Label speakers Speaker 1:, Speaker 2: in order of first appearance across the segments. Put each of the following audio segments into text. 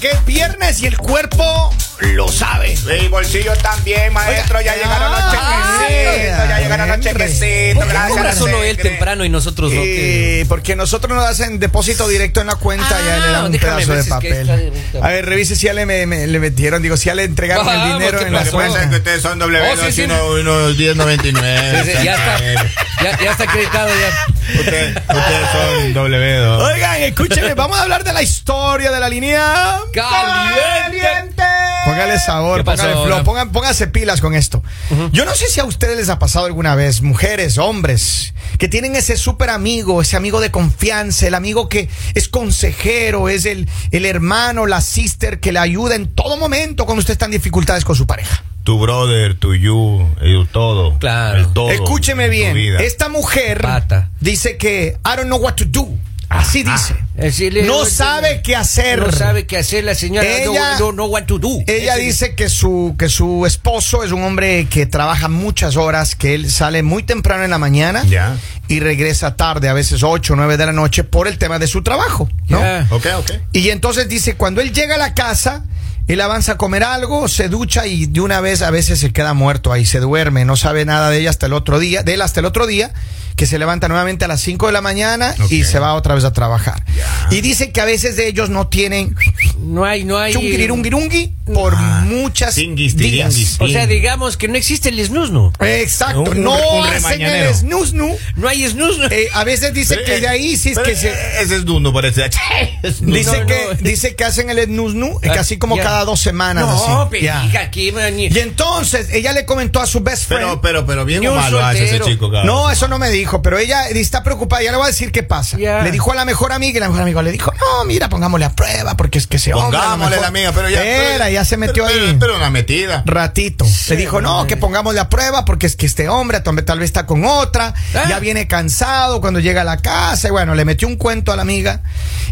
Speaker 1: que es viernes y el cuerpo lo sabe.
Speaker 2: Y bolsillo también, maestro.
Speaker 1: Oiga,
Speaker 2: ya llegaron los
Speaker 1: ay,
Speaker 2: chequecitos. Ya llegaron los
Speaker 1: hombre.
Speaker 2: chequecitos.
Speaker 3: ¿Por qué
Speaker 2: Gracias.
Speaker 3: cobra solo él
Speaker 2: alegre.
Speaker 3: temprano y nosotros no? Que-
Speaker 1: Eh, porque nosotros nos hacen depósito directo en la cuenta
Speaker 3: Ah,
Speaker 1: y a él le dan un
Speaker 3: déjame
Speaker 1: pedazo
Speaker 3: ver
Speaker 1: de
Speaker 3: si es que
Speaker 1: papel.
Speaker 3: está de-
Speaker 1: A ver, revise si ya le, me- me- le metieron, digo, si ya le entregaron el
Speaker 3: Vamos,
Speaker 1: dinero
Speaker 3: ¿qué
Speaker 1: en la
Speaker 3: pasó?
Speaker 2: Pasa que
Speaker 1: cuenta.
Speaker 2: ustedes son
Speaker 3: Oh, sí, sí.
Speaker 2: 1099.
Speaker 3: Sí, sí, ya está. Ya, ya está acreditado ya.
Speaker 2: Ustedes, ustedes son W2.
Speaker 1: Oigan, escúchenme, vamos a hablar de la historia de la línea
Speaker 3: Caliente.
Speaker 1: Póngale sabor,
Speaker 3: ¿Qué pasó
Speaker 1: póngale flow,
Speaker 3: ahora?
Speaker 1: pongan, pónganse pilas con esto. Yo no sé si a ustedes les ha pasado alguna vez, mujeres, hombres, que tienen ese súper amigo, ese amigo de confianza, el amigo que es consejero, es el, el hermano, la sister que le ayuda en todo momento cuando usted está en dificultades con su pareja.
Speaker 2: Tu brother, tu you, el todo.
Speaker 3: Claro.
Speaker 2: El todo.
Speaker 1: Escúcheme
Speaker 2: en tu
Speaker 1: bien,
Speaker 2: vida.
Speaker 1: esta mujer
Speaker 3: Pata.
Speaker 1: dice que I don't know what to do. Así dice.
Speaker 3: Decirle,
Speaker 1: No
Speaker 3: oye,
Speaker 1: sabe qué hacer.
Speaker 3: eh, No sabe qué hacer la señora.
Speaker 1: Ella-
Speaker 3: no, no, no what to do.
Speaker 1: Ella
Speaker 3: Ese-
Speaker 1: dice que su, que su esposo es un hombre que trabaja muchas horas, que él sale muy temprano en la mañana
Speaker 2: Ya.
Speaker 1: y regresa tarde, a veces 8 o 9 de la noche, por el tema de su trabajo, ¿no?
Speaker 3: Ya.
Speaker 2: Ok, ok.
Speaker 1: Y entonces dice, cuando él llega a la casa, él avanza a comer algo, se ducha y de una vez a veces se queda muerto ahí, se duerme, no sabe nada de ella hasta el otro día, de él hasta el otro día, que se levanta nuevamente a las 5 de la mañana y
Speaker 2: Ok.
Speaker 1: se va otra vez a trabajar. Y dice que a veces de ellos no tienen
Speaker 3: No hay, no hay.
Speaker 1: chungirungirungi por
Speaker 2: Ah,
Speaker 1: muchas
Speaker 2: tinguis,
Speaker 1: días.
Speaker 2: tiringuis.
Speaker 3: O sea, digamos que no existe el snusnu.
Speaker 1: Exacto,
Speaker 2: Un-
Speaker 1: no
Speaker 2: un
Speaker 1: hacen
Speaker 2: remañanero.
Speaker 1: el snusnu.
Speaker 3: No hay snusnu.
Speaker 1: Eh, a veces dice
Speaker 2: Pero,
Speaker 1: que de ahí sí es
Speaker 2: pero,
Speaker 1: que se...
Speaker 2: eh, Ese es Dundo, parece. Es Dundo.
Speaker 1: Dice,
Speaker 3: no,
Speaker 1: que,
Speaker 3: no.
Speaker 1: dice que hacen el snusnu eh,
Speaker 2: Ah,
Speaker 1: casi como
Speaker 3: Ya.
Speaker 1: cada dos semanas.
Speaker 3: No,
Speaker 1: así. Ya.
Speaker 3: pelija, que man, ni-
Speaker 1: Y entonces ella le comentó a su best friend.
Speaker 2: Pero, pero, pero bien
Speaker 3: Ni
Speaker 2: o
Speaker 3: un
Speaker 2: malo hace ese
Speaker 3: soltero.
Speaker 2: chico, cabrón.
Speaker 1: no, eso no me dijo, pero ella está preocupada. Ya le voy a decir qué pasa.
Speaker 3: Ya.
Speaker 1: Le dijo a la mejor amiga y la mejor amiga le dijo: No, mira, pongámosle a prueba porque es que se
Speaker 2: Pongámosle la amiga, pero ya.
Speaker 1: Era,
Speaker 2: pero-
Speaker 1: ya se metió
Speaker 2: pero-
Speaker 1: ahí.
Speaker 2: Pero, pero una metida.
Speaker 1: ratito. le dijo, no, que pongamos la prueba porque es que este hombre tal vez- tal vez está con otra,
Speaker 3: Ah.
Speaker 1: ya viene cansado cuando llega a la casa. Y bueno, le metió un cuento a la amiga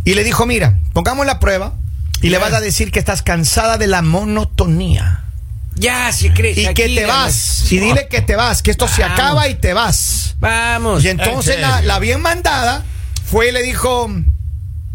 Speaker 1: y le dijo, mira, pongamos la prueba y le vas a decir que estás cansada de la monotonía
Speaker 3: Ya, si crees.
Speaker 1: y que
Speaker 3: aquí,
Speaker 1: te
Speaker 3: la-
Speaker 1: vas. Y dile que te vas, que esto se
Speaker 3: Vamos.
Speaker 1: acaba y te vas.
Speaker 3: Vamos.
Speaker 1: Y entonces
Speaker 2: En
Speaker 1: la,
Speaker 2: serio.
Speaker 1: la bien mandada fue y le dijo,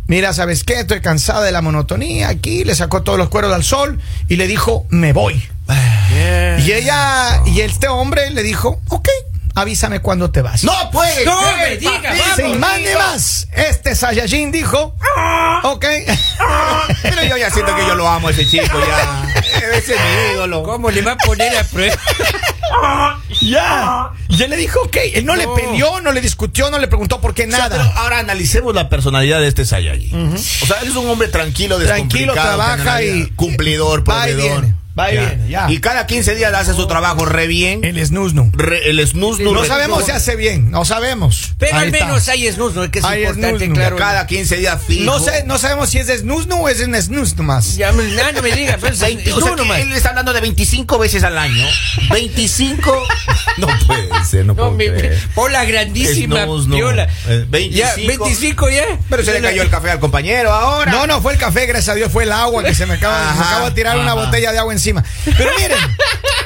Speaker 1: mira, ¿sabes qué? Estoy cansada de la monotonía aquí, le sacó todos los cueros al sol y le dijo, me voy.
Speaker 3: Ya.
Speaker 1: Y ella, y este hombre le dijo, ok, avísame cuando te vas.
Speaker 2: ¡No puede!
Speaker 3: No
Speaker 2: ser,
Speaker 3: me diga,
Speaker 2: papito.
Speaker 3: vamos.
Speaker 1: sin más ni más. Este Saiyajin dijo,
Speaker 3: Ah.
Speaker 1: ok.
Speaker 2: Pero yo ya siento que yo lo amo a ese chico, ya. Ese es mi ídolo.
Speaker 3: ¿Cómo le va a poner a prueba?
Speaker 1: Ya. Y él le dijo, ok. Él no, le
Speaker 3: Ah. No. ah.
Speaker 1: peleó, no le discutió, no le preguntó por qué
Speaker 2: O sea,
Speaker 1: nada.
Speaker 2: pero ahora analicemos la personalidad de este Saiyajin. O sea, él es un hombre tranquilo,
Speaker 1: Tranquilo,
Speaker 2: descomplicado,
Speaker 1: trabaja
Speaker 2: que no
Speaker 1: y-
Speaker 2: haya- Cumplidor,
Speaker 1: va y
Speaker 2: proveedor.
Speaker 1: viene, va y viene, ya.
Speaker 2: Y cada 15 días hace su trabajo re bien.
Speaker 1: el snusnu.
Speaker 2: re- el snus
Speaker 1: No sabemos si hace bien, no sabemos.
Speaker 3: Pero
Speaker 1: Ahí
Speaker 3: al
Speaker 1: está.
Speaker 3: menos hay snusnu, que es
Speaker 1: Hay
Speaker 3: importante,
Speaker 1: snusnu.
Speaker 3: claro.
Speaker 2: Cada 15 días fijo.
Speaker 1: No, sé, no sabemos si es snusnu o es en snus nomás.
Speaker 3: Ya, me- nah, no me digas, pero es
Speaker 2: O sea,
Speaker 3: snusnu
Speaker 2: que
Speaker 3: nomás.
Speaker 2: él está hablando de 25 veces al año. 25. No puede ser, no,
Speaker 3: No,
Speaker 2: puedo
Speaker 3: mi,
Speaker 2: creer.
Speaker 3: pola grandísima,
Speaker 2: Snusnu.
Speaker 3: piola.
Speaker 2: Eh,
Speaker 3: 25. Ya,
Speaker 2: 25.
Speaker 3: 25 ya.
Speaker 2: Pero se le cayó el café al compañero ahora.
Speaker 1: No, no fue el café, gracias a Dios, fue el agua que se me acaba, me
Speaker 2: Ajá,
Speaker 1: acabo de tirar una
Speaker 2: ajá.
Speaker 1: botella de agua encima. Pero miren,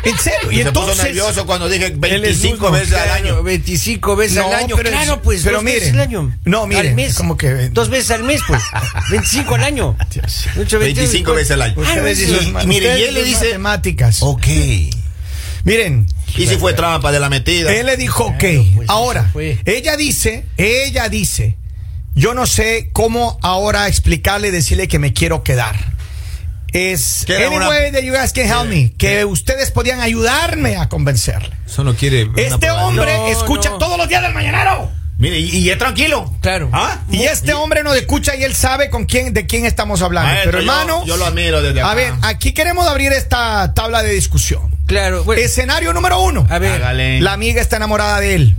Speaker 1: en serio, y
Speaker 2: Y se puso
Speaker 1: entonces
Speaker 2: nervioso cuando dije 25
Speaker 1: snusnu.
Speaker 2: veces al año.
Speaker 3: 25 veces al
Speaker 1: No,
Speaker 3: año.
Speaker 1: pero es-
Speaker 3: claro, pues.
Speaker 1: pero
Speaker 3: dos veces
Speaker 1: miren,
Speaker 3: al año.
Speaker 1: no,
Speaker 3: Al
Speaker 1: miren,
Speaker 3: mes.
Speaker 1: como que- eh,
Speaker 3: Dos veces al mes, pues. 25 al año. Mucho,
Speaker 2: 25 veces al año.
Speaker 3: Ah, no,
Speaker 1: ustedes
Speaker 3: sí.
Speaker 1: y sus-
Speaker 2: y mire,
Speaker 1: ustedes
Speaker 2: y él le
Speaker 1: sus
Speaker 2: dice-
Speaker 1: matemáticas.
Speaker 2: Ok. ¿Y
Speaker 1: Miren,
Speaker 2: si fue trampa de la metida?
Speaker 1: él le dijo, ok,
Speaker 3: Claro, pues,
Speaker 1: ahora,
Speaker 3: eso fue.
Speaker 1: ella dice, ella dice, yo no sé cómo ahora explicarle, decirle que me quiero quedar. Es
Speaker 2: Que era
Speaker 1: any
Speaker 2: una-
Speaker 1: way that you guys can help me, que ustedes podían ayudarme a convencerle.
Speaker 2: Eso no quiere. una
Speaker 1: Este
Speaker 2: aprobación.
Speaker 1: hombre
Speaker 3: No,
Speaker 1: escucha
Speaker 3: no.
Speaker 1: todos los días del mañanero.
Speaker 2: Mire, y, y es tranquilo.
Speaker 3: Claro.
Speaker 2: ¿Ah?
Speaker 1: Y este hombre nos escucha y él sabe con quién, de quién estamos hablando.
Speaker 2: Maestro,
Speaker 1: Pero
Speaker 2: yo-
Speaker 1: hermano,
Speaker 2: Yo, lo admiro desde acá.
Speaker 1: a ver, aquí queremos abrir esta tabla de discusión.
Speaker 3: Claro, bueno.
Speaker 1: Escenario número uno.
Speaker 3: A ver,
Speaker 2: Hágale.
Speaker 1: La amiga está enamorada de él.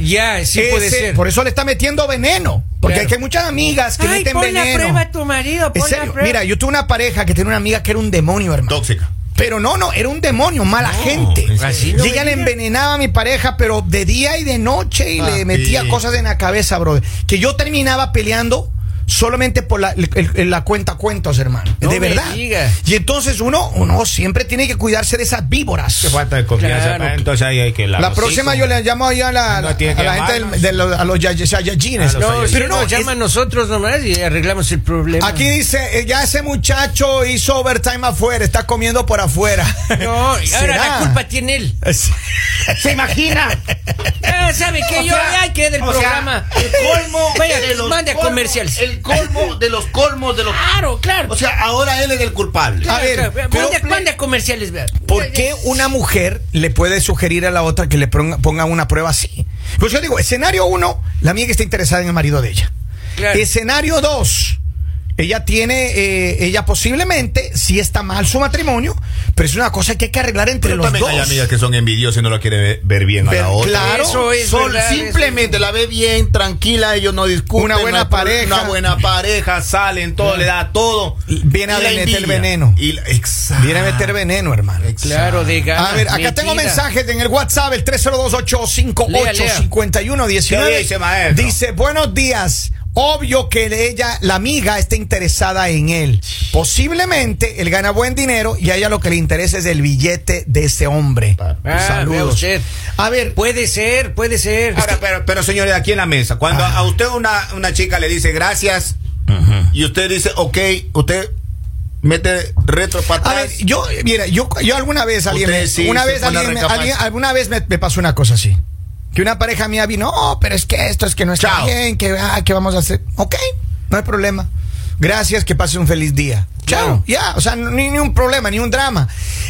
Speaker 3: ya, sí
Speaker 1: Ese-
Speaker 3: puede ser.
Speaker 1: Por eso le está metiendo veneno. Porque
Speaker 3: Claro.
Speaker 1: hay que hay muchas amigas que
Speaker 3: Ay,
Speaker 1: meten
Speaker 3: pon la
Speaker 1: veneno.
Speaker 3: prueba a tu marido,
Speaker 1: en
Speaker 3: pon la
Speaker 1: serio,
Speaker 3: prueba.
Speaker 1: mira, yo tuve una pareja que tenía una amiga que era un demonio, hermano.
Speaker 2: Tóxica.
Speaker 1: Pero no, no, era un demonio, mala
Speaker 2: No,
Speaker 1: gente.
Speaker 2: en
Speaker 3: serio.
Speaker 1: Y ella le envenenaba a mi pareja, pero de día y de noche y le
Speaker 2: Papi.
Speaker 1: metía cosas en la cabeza, brother. Que yo terminaba peleando solamente por la, el- el- la cuenta cuentos, hermano.
Speaker 3: No
Speaker 1: de
Speaker 3: me
Speaker 1: verdad.
Speaker 3: digas.
Speaker 1: Y entonces uno, uno siempre tiene que cuidarse de esas víboras.
Speaker 4: Qué falta de confianza.
Speaker 3: Claro.
Speaker 4: pa, Entonces ahí hay que
Speaker 1: La,
Speaker 4: lavarse.
Speaker 1: próxima yo le llamo ahí a la,
Speaker 4: Ah, No,
Speaker 1: a la
Speaker 4: tiene que
Speaker 1: gente
Speaker 4: llamarnos.
Speaker 1: del- de los, a los ya- ya- yayines.
Speaker 4: A los
Speaker 1: No,
Speaker 4: yayines.
Speaker 1: pero no,
Speaker 3: nos
Speaker 1: es-
Speaker 3: llama a nosotros nomás y arreglamos el problema.
Speaker 1: aquí dice, eh, ya ese muchacho hizo overtime afuera, está comiendo por afuera.
Speaker 3: No, y ahora
Speaker 1: ¿Será?
Speaker 3: la culpa tiene él.
Speaker 1: Es-
Speaker 4: ¿Se imagina?
Speaker 3: Ah, ¿sabe qué? Yo
Speaker 4: sea,
Speaker 3: ya quedé del
Speaker 4: o sea,
Speaker 3: programa.
Speaker 4: el colmo
Speaker 3: Vaya,
Speaker 4: de los
Speaker 3: mande a
Speaker 4: colmos,
Speaker 3: comerciales.
Speaker 4: El colmo de los colmos de los.
Speaker 3: Claro, claro.
Speaker 4: O sea, ahora él es el culpable.
Speaker 1: a ver,
Speaker 3: Claro, claro.
Speaker 1: pero-
Speaker 3: Mande- mande a comerciales, vea.
Speaker 1: ¿Por qué una mujer le puede sugerir a la otra que le ponga, ponga una prueba así? Pues yo digo, escenario uno, la amiga está interesada en el marido de ella.
Speaker 3: Claro.
Speaker 1: Escenario dos, ella tiene, eh, ella posiblemente, si está mal su matrimonio, pero es una cosa que hay que arreglar entre
Speaker 2: Pero
Speaker 1: los
Speaker 2: también
Speaker 1: dos.
Speaker 2: hay amigas que son envidiosas y no la quieren ve- ver bien a
Speaker 1: Ver-
Speaker 2: la otra.
Speaker 1: claro,
Speaker 3: Eso es
Speaker 4: Sol,
Speaker 3: verdad, eso es
Speaker 4: simplemente la ve bien, tranquila, ellos no discuten.
Speaker 1: Una buena
Speaker 4: no hay pro-
Speaker 1: pareja.
Speaker 4: Una buena pareja, salen, todo, le da todo.
Speaker 1: Viene a
Speaker 4: Y la
Speaker 1: meter
Speaker 4: envidia.
Speaker 1: veneno.
Speaker 2: Y la- exacto.
Speaker 1: Viene a meter veneno, hermano.
Speaker 3: Claro, de ganas,
Speaker 1: A ver, acá tengo
Speaker 3: metida.
Speaker 1: mensajes en el WhatsApp, el
Speaker 3: Lea, lea.
Speaker 1: 302-858-5119.
Speaker 4: ¿Qué dice, maestro?
Speaker 1: Dice, buenos días. Obvio que ella, la amiga, está interesada en él. Posiblemente él gana buen dinero y a ella lo que le interesa es el billete de ese hombre.
Speaker 3: Ah, vea
Speaker 1: Saludos.
Speaker 3: usted.
Speaker 1: A ver,
Speaker 3: Puede ser, puede ser.
Speaker 2: Ahora, pero, pero señores, aquí en la mesa, cuando
Speaker 1: Ah.
Speaker 2: a usted una, una chica le dice gracias y usted dice, ok, usted mete retro para
Speaker 1: A
Speaker 2: atrás.
Speaker 1: ver, yo, mira, yo, yo alguna vez alguien,
Speaker 2: Usted
Speaker 1: me-
Speaker 2: sí
Speaker 1: una
Speaker 2: se
Speaker 1: vez
Speaker 2: pone a
Speaker 1: alguien, me-
Speaker 2: recapac-
Speaker 1: alguien- alguna vez me, me pasó una cosa así. Que una pareja mía vino, oh, pero es que esto es que no está
Speaker 2: Chao.
Speaker 1: bien, que, ah, que vamos a hacer. Ok, no hay problema. Gracias, que pases un feliz día. Chao,
Speaker 3: Claro.
Speaker 1: ya, o sea, ni, ni un problema, ni un drama.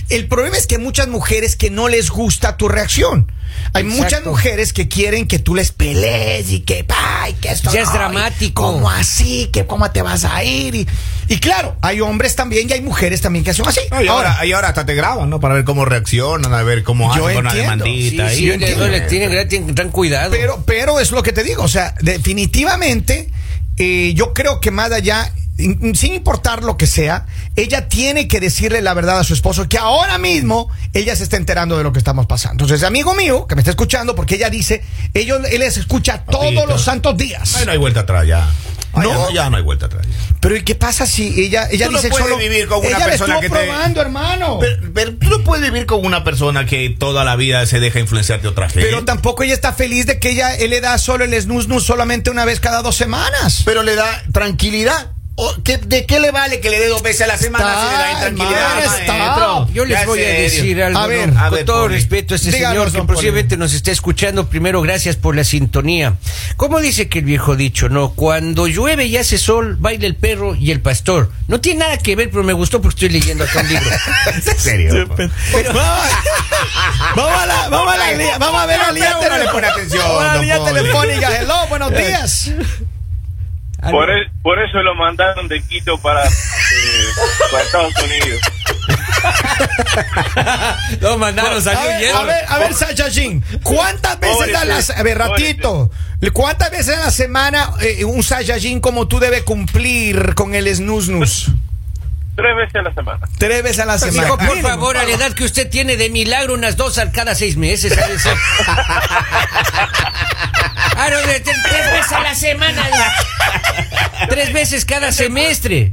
Speaker 1: El problema es que hay muchas mujeres que no les gusta tu reacción. Hay muchas
Speaker 3: Exacto.
Speaker 1: mujeres que quieren que tú les pelees y que, ay, que esto
Speaker 3: Ya es
Speaker 1: no, y
Speaker 3: dramático.
Speaker 1: ¿Cómo así? que ¿Cómo te vas a ir? Y, y claro, hay hombres también y hay mujeres también que hacen así.
Speaker 2: No, y ahora, y ahora hasta te graban, ¿no? Para ver cómo reaccionan, a ver cómo
Speaker 1: Yo
Speaker 2: hacen con una
Speaker 1: entiendo.
Speaker 3: Sí,
Speaker 2: demandita. ahí.
Speaker 3: sí,
Speaker 1: yo
Speaker 3: le- no,
Speaker 1: entiendo.
Speaker 3: le tienen, le tienen gran cuidado.
Speaker 1: pero, pero es lo que te digo, o sea, definitivamente eh, yo creo que más allá, in- sin importar lo que sea, ella tiene que decirle la verdad a su esposo que ahora mismo ella se está enterando de lo que estamos pasando. Entonces, amigo mío, que me está escuchando, porque ella dice, ellos, él les escucha todos
Speaker 2: Papito.
Speaker 1: los santos días.
Speaker 2: Ay, no hay vuelta atrás ya. Ay,
Speaker 1: No.
Speaker 2: ya no, ya no hay vuelta atrás. ya.
Speaker 1: Pero ¿y qué pasa si ella, ella
Speaker 2: Tú no
Speaker 1: dice
Speaker 2: puedes
Speaker 1: solo
Speaker 2: vivir con una
Speaker 1: ella le
Speaker 2: persona
Speaker 1: estuvo
Speaker 2: que te-
Speaker 1: probando, hermano?
Speaker 2: Pero, pero tú no puedes vivir con una persona que toda la vida se deja influenciar de otra gente.
Speaker 1: Pero tampoco ella está feliz de que ella él le da solo el snus snus solamente una vez cada dos semanas.
Speaker 4: Pero le da tranquilidad. O, ¿qué- ¿De qué le vale que le dé dos veces a la semana si le da intranquilidad?
Speaker 1: hermano, está.
Speaker 4: maestro?
Speaker 3: Yo les
Speaker 2: Ya
Speaker 3: voy a
Speaker 2: serio.
Speaker 3: decir algo.
Speaker 1: A
Speaker 3: ¿no?
Speaker 1: ver,
Speaker 2: a
Speaker 3: con
Speaker 2: ver,
Speaker 3: todo
Speaker 2: Poli.
Speaker 3: respeto a este
Speaker 1: Díganos,
Speaker 3: señor que
Speaker 1: don
Speaker 3: posiblemente nos está escuchando. Primero, gracias por la sintonía. ¿Cómo dice que el viejo dicho? No, cuando llueve y hace sol, baila el perro y el pastor. No tiene nada que ver, pero me gustó porque estoy leyendo acá un libro.
Speaker 2: ¿En serio?
Speaker 1: Vamos a, la, vamos a, la línea- vamos a ver la línea,
Speaker 2: Pero uno le pone
Speaker 1: telefónica.
Speaker 2: atención,
Speaker 1: Vamos a la
Speaker 2: don
Speaker 1: línea
Speaker 2: Poli.
Speaker 1: telefónica. Hello, buenos días.
Speaker 5: Por, e- por eso lo mandaron de Quito para, eh, para Estados Unidos.
Speaker 3: Lo mandaron,
Speaker 1: A
Speaker 3: salió
Speaker 1: ver,
Speaker 3: yendo.
Speaker 1: a ver, a ver, Sacha Jin, ¿cuántas veces
Speaker 5: Pobre
Speaker 1: a la se- a ver,
Speaker 5: pobre
Speaker 1: ratito, cuántas veces a la semana eh, un Sacha Jin como tú debe cumplir con el snus snus?
Speaker 5: Tres veces a la semana.
Speaker 1: Tres veces a la semana.
Speaker 3: Dijo, por favor, a la edad que usted tiene de milagro, unas dos al cada seis meses. ha de ser. Ah, no, de- de- tres veces a la semana. de- Tres veces cada semestre.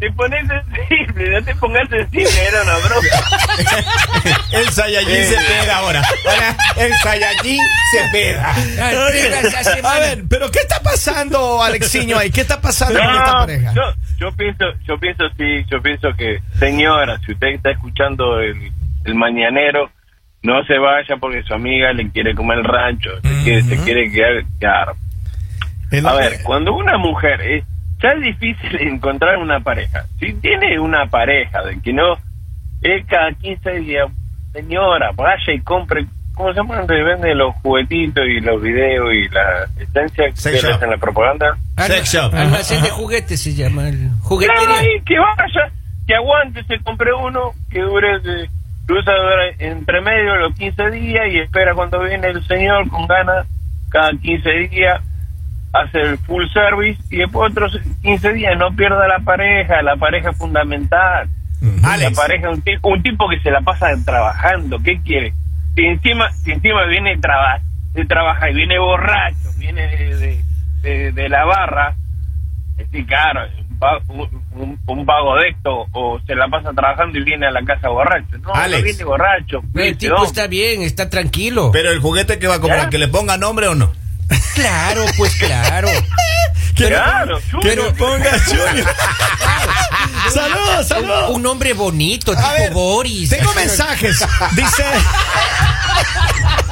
Speaker 5: Te pones sensible, no te pongas sensible, era una broma.
Speaker 2: El Saiyajin se
Speaker 1: Eh.
Speaker 2: pega ahora. Ahora, El Saiyajin se pega.
Speaker 3: Ah, tres veces a la semana.
Speaker 1: A ver, pero ¿qué está pasando, Alexiño? Ahí? ¿Qué está pasando con esta
Speaker 5: No,
Speaker 1: pareja?
Speaker 5: yo, yo pienso, yo pienso sí, yo pienso que, señora, si usted está escuchando el, el mañanero, no se vaya porque su amiga le quiere comer el rancho, se quiere, se quiere quedar. Claro.
Speaker 1: El
Speaker 5: A
Speaker 1: hombre-
Speaker 5: ver, cuando una mujer es, ya es difícil encontrar una pareja. Si tiene una pareja de que no es cada 15 días, señora, vaya y compre, ¿cómo se llama? Que vende los juguetitos y los videos y la esencia que
Speaker 2: Sex
Speaker 5: le
Speaker 2: shop.
Speaker 5: hacen la propaganda.
Speaker 3: Alma-
Speaker 2: Sex shop.
Speaker 3: Almacén de juguetes se llama. el-
Speaker 5: Claro,
Speaker 3: Juguetería.
Speaker 5: ahí, que vaya, que aguante, se compre uno, que dure, eh, lo usa dura- entre medio los 15 días y espera cuando viene el señor con ganas, cada 15 días hace el full service y después otros 15 días no pierda la pareja, la pareja es fundamental.
Speaker 2: Alex.
Speaker 5: La pareja es un, ti- un tipo que se la pasa trabajando, ¿qué quiere? Si encima, si encima viene traba- de trabajar y viene borracho, viene de, de- de- de la barra, Sí, claro, va- un, un- un vago de esto o se la pasa trabajando y viene a la casa borracho. No,
Speaker 2: Alex.
Speaker 5: no viene borracho.
Speaker 3: El
Speaker 5: cuídese,
Speaker 3: tipo
Speaker 5: don.
Speaker 3: está bien, está tranquilo.
Speaker 2: Pero el juguete que va a comprar,
Speaker 5: ¿Ya?
Speaker 2: que le ponga nombre o no.
Speaker 3: Claro, pues claro.
Speaker 5: Claro, chulo.
Speaker 1: Que nos ponga Junior. saludos, saludos.
Speaker 3: Un hombre bonito,
Speaker 1: A
Speaker 3: tipo
Speaker 1: ver,
Speaker 3: Boris.
Speaker 1: Tengo mensajes. Dice.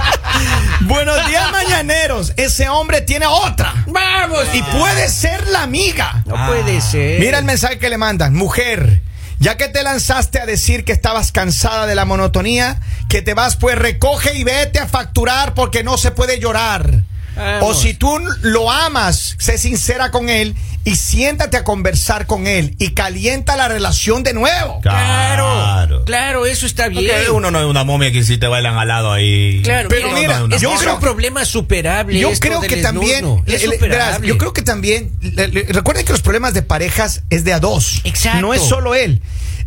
Speaker 1: Buenos días, mañaneros. Ese hombre tiene otra.
Speaker 3: ¡Vamos!
Speaker 1: Y puede ser la amiga.
Speaker 3: No puede ser.
Speaker 1: Ah. Mira el mensaje que le mandan. Mujer, ya que te lanzaste a decir que estabas cansada de la monotonía, que te vas, pues recoge y vete a facturar porque no se puede llorar. O
Speaker 3: Vamos.
Speaker 1: si tú lo amas, sé sincera con él y siéntate a conversar con él y calienta la relación de nuevo.
Speaker 3: Claro, claro, eso está bien.
Speaker 2: Porque uno no es una momia que si te bailan al lado ahí.
Speaker 3: Claro,
Speaker 1: Pero
Speaker 3: mira,
Speaker 1: mira,
Speaker 2: no, no,
Speaker 3: es,
Speaker 2: no.
Speaker 1: yo
Speaker 3: que es
Speaker 1: creo-
Speaker 3: un problema superable.
Speaker 1: Yo
Speaker 3: esto
Speaker 1: creo
Speaker 3: del
Speaker 1: que también,
Speaker 3: esnurno. Es
Speaker 1: le- le-
Speaker 3: superable.
Speaker 1: verás, yo creo que también, le- le- recuerden que los problemas de parejas es de a dos.
Speaker 3: Exacto.
Speaker 1: No es solo él.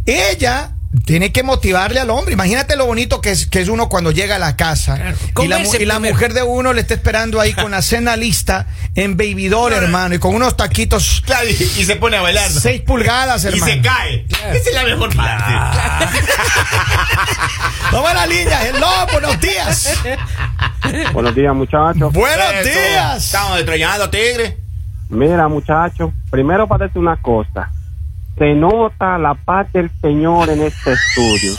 Speaker 1: Ella tiene que motivarle al hombre. Imagínate lo bonito que es, que es uno cuando llega a la casa
Speaker 3: Claro.
Speaker 1: y, la, mu-
Speaker 3: Comerse
Speaker 1: y la
Speaker 3: primero.
Speaker 1: mujer de uno le está esperando ahí con la cena lista en baby doll,
Speaker 3: Ah.
Speaker 1: hermano, y con unos taquitos
Speaker 2: Claro, y, y se pone a bailar. ¿no?
Speaker 1: seis pulgadas,
Speaker 2: y
Speaker 1: hermano.
Speaker 2: se cae. Esa es la mejor parte.
Speaker 1: Vamos a la línea. Hello, buenos días.
Speaker 6: Buenos días, muchachos.
Speaker 1: buenos
Speaker 2: Eso.
Speaker 1: días.
Speaker 2: Estamos destroñando tigre.
Speaker 6: Mira, muchachos, primero para decirte una cosa. Se nota la paz del Señor en este estudio.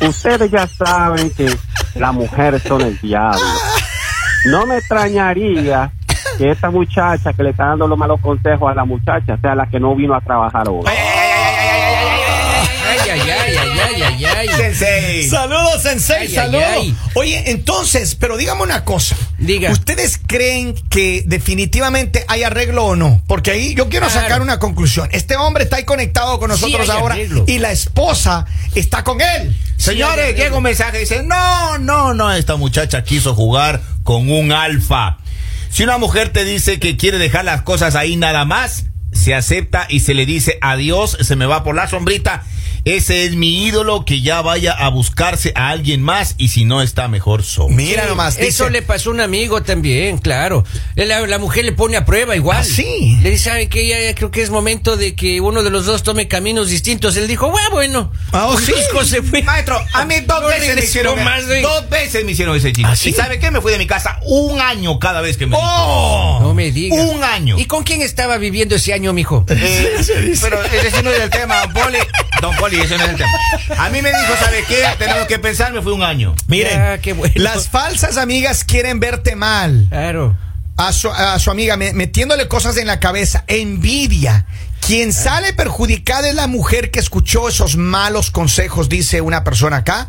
Speaker 6: Ustedes ya saben que las mujeres son el diablo. No me extrañaría que esta muchacha que le está dando los malos consejos a la muchacha sea la que no vino a trabajar hoy.
Speaker 3: Ay, ay, ay, ay, ay, ay, ay.
Speaker 2: Sensei.
Speaker 1: Saludos, Sensei,
Speaker 3: Ay, ay,
Speaker 1: saludos.
Speaker 3: ay.
Speaker 1: Oye, entonces, pero dígame una cosa.
Speaker 3: Diga.
Speaker 1: ¿Ustedes creen que definitivamente hay arreglo o no? Porque ahí yo quiero
Speaker 3: Claro.
Speaker 1: sacar una conclusión. Este hombre está ahí conectado con
Speaker 3: Sí
Speaker 1: nosotros
Speaker 3: hay
Speaker 1: ahora
Speaker 3: arreglo.
Speaker 1: y la esposa está con él.
Speaker 2: Señores, llega un mensaje y dice, no, no, no, esta muchacha quiso jugar con un alfa. Si una mujer te dice que quiere dejar las cosas ahí nada más, se acepta y se le dice adiós, se me va por la sombrita. Ese es mi ídolo que ya vaya a buscarse a alguien más y si no está mejor solo.
Speaker 1: Mira nomás,
Speaker 3: Eso
Speaker 1: dice,
Speaker 3: le pasó a un amigo también, claro. Eh, La, la mujer le pone a prueba igual.
Speaker 1: Ah, sí.
Speaker 3: Le dice, ¿sabe qué? Ya, ya creo que es momento de que uno de los dos tome caminos distintos. Él dijo, "Bueno, bueno.
Speaker 1: Ah, ¿sí?
Speaker 3: Busco, se fue.
Speaker 2: Maestro, a mí dos
Speaker 3: No
Speaker 2: veces me
Speaker 3: regresó
Speaker 2: hicieron
Speaker 3: más de-
Speaker 2: Dos veces me hicieron ese chino.
Speaker 1: ¿Ah, sí? ¡Oh!
Speaker 2: ¿Y sabe qué? Me fui de mi casa un año cada vez que me...
Speaker 3: No me digas.
Speaker 2: Un año.
Speaker 3: ¿Y con quién estaba viviendo ese año, mijo?
Speaker 2: Eh, pero ese no es el tema, don Poli. Don Poli, ese no es el tema. A mí me dijo, ¿sabes qué? Tenemos que pensar, me fui un año.
Speaker 1: miren,
Speaker 3: Ah, qué bueno.
Speaker 1: las falsas amigas quieren verte mal.
Speaker 3: Claro.
Speaker 1: A su, a su amiga me- metiéndole cosas en la cabeza, envidia.
Speaker 3: Eh.
Speaker 1: Quien sale perjudicada es la mujer que escuchó esos malos consejos, dice una persona acá.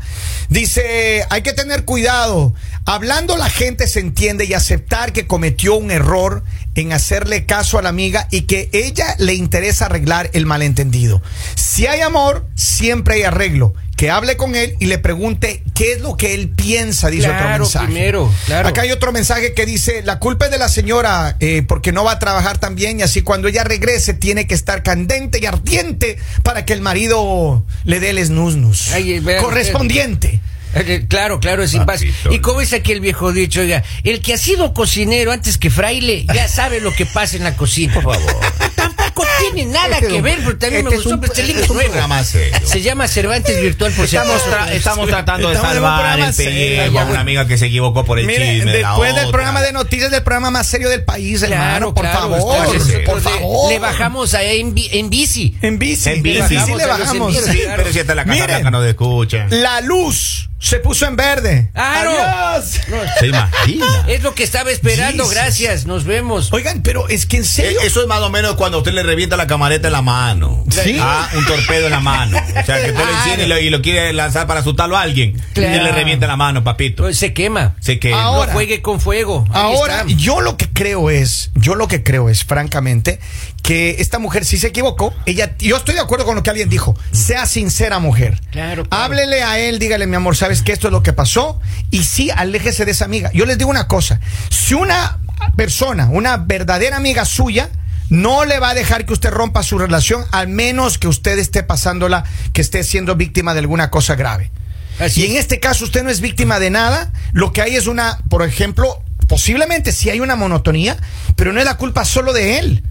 Speaker 1: Dice, hay que tener cuidado. Hablando la gente se entiende y aceptar que cometió un error en hacerle caso a la amiga y que ella le interesa arreglar el malentendido. Si hay amor, siempre hay arreglo. Que hable con él y le pregunte qué es lo que él piensa, dice otro
Speaker 3: Claro,
Speaker 1: mensaje.
Speaker 3: primero, claro.
Speaker 1: Acá hay otro mensaje que dice, la culpa es de la señora eh, porque no va a trabajar tan bien y así cuando ella regrese tiene que estar candente y ardiente para que el marido le dé el snusnus
Speaker 3: Ay, eh, vea,
Speaker 1: correspondiente.
Speaker 3: Eh, Claro, claro, es impácil.
Speaker 2: Papito.
Speaker 3: Y como es aquí el viejo dicho, oiga, el que ha sido cocinero antes que fraile ya sabe lo que pasa en la cocina. Por favor. Tampoco tiene nada
Speaker 1: Este es
Speaker 3: que
Speaker 1: un-
Speaker 3: ver, pero también
Speaker 1: este
Speaker 3: me
Speaker 1: es
Speaker 3: gustó
Speaker 1: un-
Speaker 3: pero este
Speaker 1: este
Speaker 3: link
Speaker 1: es
Speaker 3: es
Speaker 1: un
Speaker 3: nuevo.
Speaker 2: programa serio.
Speaker 3: Se llama Cervantes Virtual por si
Speaker 2: Estamos,
Speaker 3: acaso.
Speaker 2: tra- estamos tratando de
Speaker 1: Estamos en un
Speaker 2: salvar
Speaker 1: programa
Speaker 2: el pellejo
Speaker 1: serio,
Speaker 2: a una
Speaker 1: güey.
Speaker 2: amiga que se equivocó por el
Speaker 1: Mire,
Speaker 2: chisme. de la
Speaker 1: después del
Speaker 2: otra.
Speaker 1: programa de noticias, del programa más serio del país,
Speaker 3: Claro,
Speaker 1: hermano, por
Speaker 3: claro,
Speaker 1: favor,
Speaker 3: estamos-
Speaker 1: por
Speaker 3: le-
Speaker 1: favor.
Speaker 3: Le bajamos a en, bi- en bici.
Speaker 1: En bici,
Speaker 2: En bici.
Speaker 1: en bici le
Speaker 3: Bajamos a los
Speaker 1: bajamos.
Speaker 3: envíos.
Speaker 2: Sí, pero si está en la casa
Speaker 1: Miren.
Speaker 2: blanca no te escucha.
Speaker 1: La luz se puso en verde.
Speaker 3: Claro.
Speaker 1: Adiós.
Speaker 2: Se imagina. Eh,
Speaker 3: Es lo que estaba esperando,
Speaker 1: Jesus.
Speaker 3: gracias, nos vemos.
Speaker 1: Oigan, pero es que en
Speaker 2: Eh,
Speaker 1: serio.
Speaker 2: Eso es más o menos cuando a usted le revienta la camareta en la mano.
Speaker 1: Sí.
Speaker 2: Ah, un torpedo en la mano. O sea, que usted lo enciende y lo, y lo quiere lanzar para asustarlo a alguien.
Speaker 3: Claro.
Speaker 2: Y le revienta la mano, papito.
Speaker 3: Pues Se quema.
Speaker 2: Sé que
Speaker 1: Ahora,
Speaker 3: No juegue con fuego. Aquí
Speaker 1: Ahora,
Speaker 3: está.
Speaker 1: yo lo que creo es, yo lo que creo es, francamente, que esta mujer sí se equivocó. Ella, yo estoy de acuerdo con lo que alguien dijo. Sea sincera, mujer.
Speaker 3: Claro, claro.
Speaker 1: Háblele a él, dígale, mi amor, sabes que esto es lo que pasó. Y sí, aléjese de esa amiga. Yo les digo una cosa: si una persona, una verdadera amiga suya, no le va a dejar que usted rompa su relación, al menos que usted esté pasándola, que esté siendo víctima de alguna cosa grave.
Speaker 3: Así
Speaker 1: y en
Speaker 3: es.
Speaker 1: este caso usted no es víctima de nada. Lo que hay es una, por ejemplo, posiblemente si hay una monotonía, pero no es la culpa solo de él.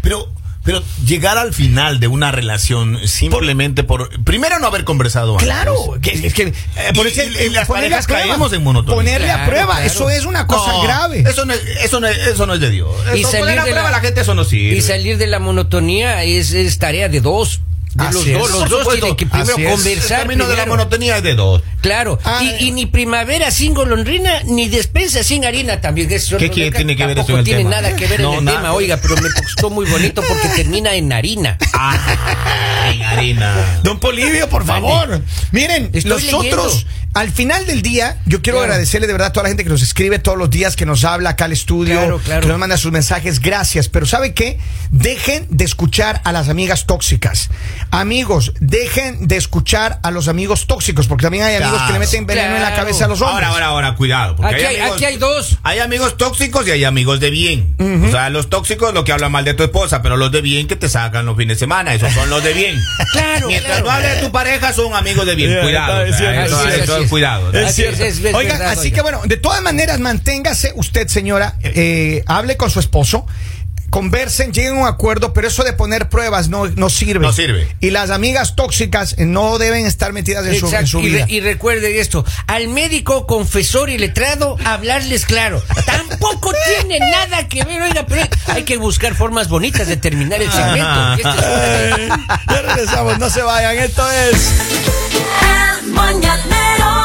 Speaker 2: Pero, pero llegar al final de una relación simplemente por. Primero no haber conversado antes.
Speaker 1: Claro, que, es que eh,
Speaker 2: Y-
Speaker 1: eso-
Speaker 2: y- y las
Speaker 1: ponerle
Speaker 2: parejas
Speaker 1: a prueba,
Speaker 2: caemos en monotonía.
Speaker 1: Ponerle a
Speaker 3: Claro,
Speaker 1: prueba,
Speaker 3: claro.
Speaker 1: eso es una cosa
Speaker 2: No,
Speaker 1: grave.
Speaker 2: Eso no, es- eso, no, es- eso no es de Dios.
Speaker 3: Y
Speaker 2: Eso,
Speaker 3: salir
Speaker 2: poner a
Speaker 3: de la-
Speaker 2: prueba a la gente, eso no sirve.
Speaker 3: Y salir de la monotonía es, es tarea de dos. De
Speaker 1: Así
Speaker 3: los
Speaker 1: es.
Speaker 3: dos, los
Speaker 1: Por
Speaker 3: dos
Speaker 1: supuesto,
Speaker 3: tienen que primero
Speaker 1: así es.
Speaker 2: El
Speaker 3: conversar.
Speaker 2: camino de la
Speaker 3: primero.
Speaker 2: monotonía eh. es de dos.
Speaker 3: Claro,
Speaker 1: Ah,
Speaker 3: y, y ni primavera sin golondrina, ni despensa sin harina también. Eso
Speaker 2: ¿Qué
Speaker 3: no-
Speaker 2: quiere-
Speaker 3: no-
Speaker 2: tiene que ver
Speaker 3: tampoco
Speaker 2: eso en el
Speaker 3: tiene
Speaker 2: tema?
Speaker 3: nada que ver
Speaker 2: No,
Speaker 3: en el
Speaker 2: nada.
Speaker 3: tema, oiga, pero me costó muy bonito porque termina en harina.
Speaker 2: Ah, en harina.
Speaker 1: Don Polivio, por favor. Miren,
Speaker 3: Estoy
Speaker 1: nosotros,
Speaker 3: leyendo.
Speaker 1: al final del día, yo quiero
Speaker 3: Claro.
Speaker 1: agradecerle de verdad a toda la gente que nos escribe todos los días, que nos habla acá al estudio,
Speaker 3: Claro, claro.
Speaker 1: que nos manda sus mensajes. Gracias. Pero ¿sabe qué? Dejen de escuchar a las amigas tóxicas. Amigos, dejen de escuchar a los amigos tóxicos, porque también hay amigos
Speaker 2: Claro.
Speaker 1: que le meten veneno en la
Speaker 3: Claro.
Speaker 1: cabeza a los hombres.
Speaker 2: Ahora, ahora, ahora, cuidado. porque
Speaker 3: Aquí hay- aquí hay dos.
Speaker 2: Hay amigos tóxicos y hay amigos de bien. O sea, los tóxicos, lo que hablan mal de tu esposa, pero los de bien que te sacan los fines de semana, esos son los de bien.
Speaker 3: Claro,
Speaker 2: Mientras
Speaker 3: claro.
Speaker 2: no hables de tu pareja, son amigos de bien.
Speaker 1: Ya,
Speaker 2: cuidado.
Speaker 1: está, es
Speaker 2: o sea,
Speaker 1: cierto,
Speaker 2: eso-
Speaker 1: es
Speaker 2: eso
Speaker 3: cierto.
Speaker 2: es cuidado. o sea.
Speaker 3: Es
Speaker 1: Así
Speaker 3: cierto. es, es
Speaker 1: Oiga,
Speaker 3: verdad,
Speaker 1: así
Speaker 3: oiga.
Speaker 1: que bueno, de todas maneras, manténgase usted, señora, eh, hable con su esposo. Conversen, lleguen a un acuerdo, pero eso de poner pruebas no, no sirve.
Speaker 2: No sirve.
Speaker 1: Y las amigas tóxicas eh, no deben estar metidas en su, en
Speaker 3: Exacto,
Speaker 1: su
Speaker 3: y, re-
Speaker 1: vida.
Speaker 3: y recuerde esto, al médico, confesor y letrado, hablarles claro. Tampoco tiene nada que ver, oiga, pero hay que buscar formas bonitas de terminar el segmento. Este es una de-
Speaker 1: Ya regresamos, no se vayan. Esto es.
Speaker 7: El mañanero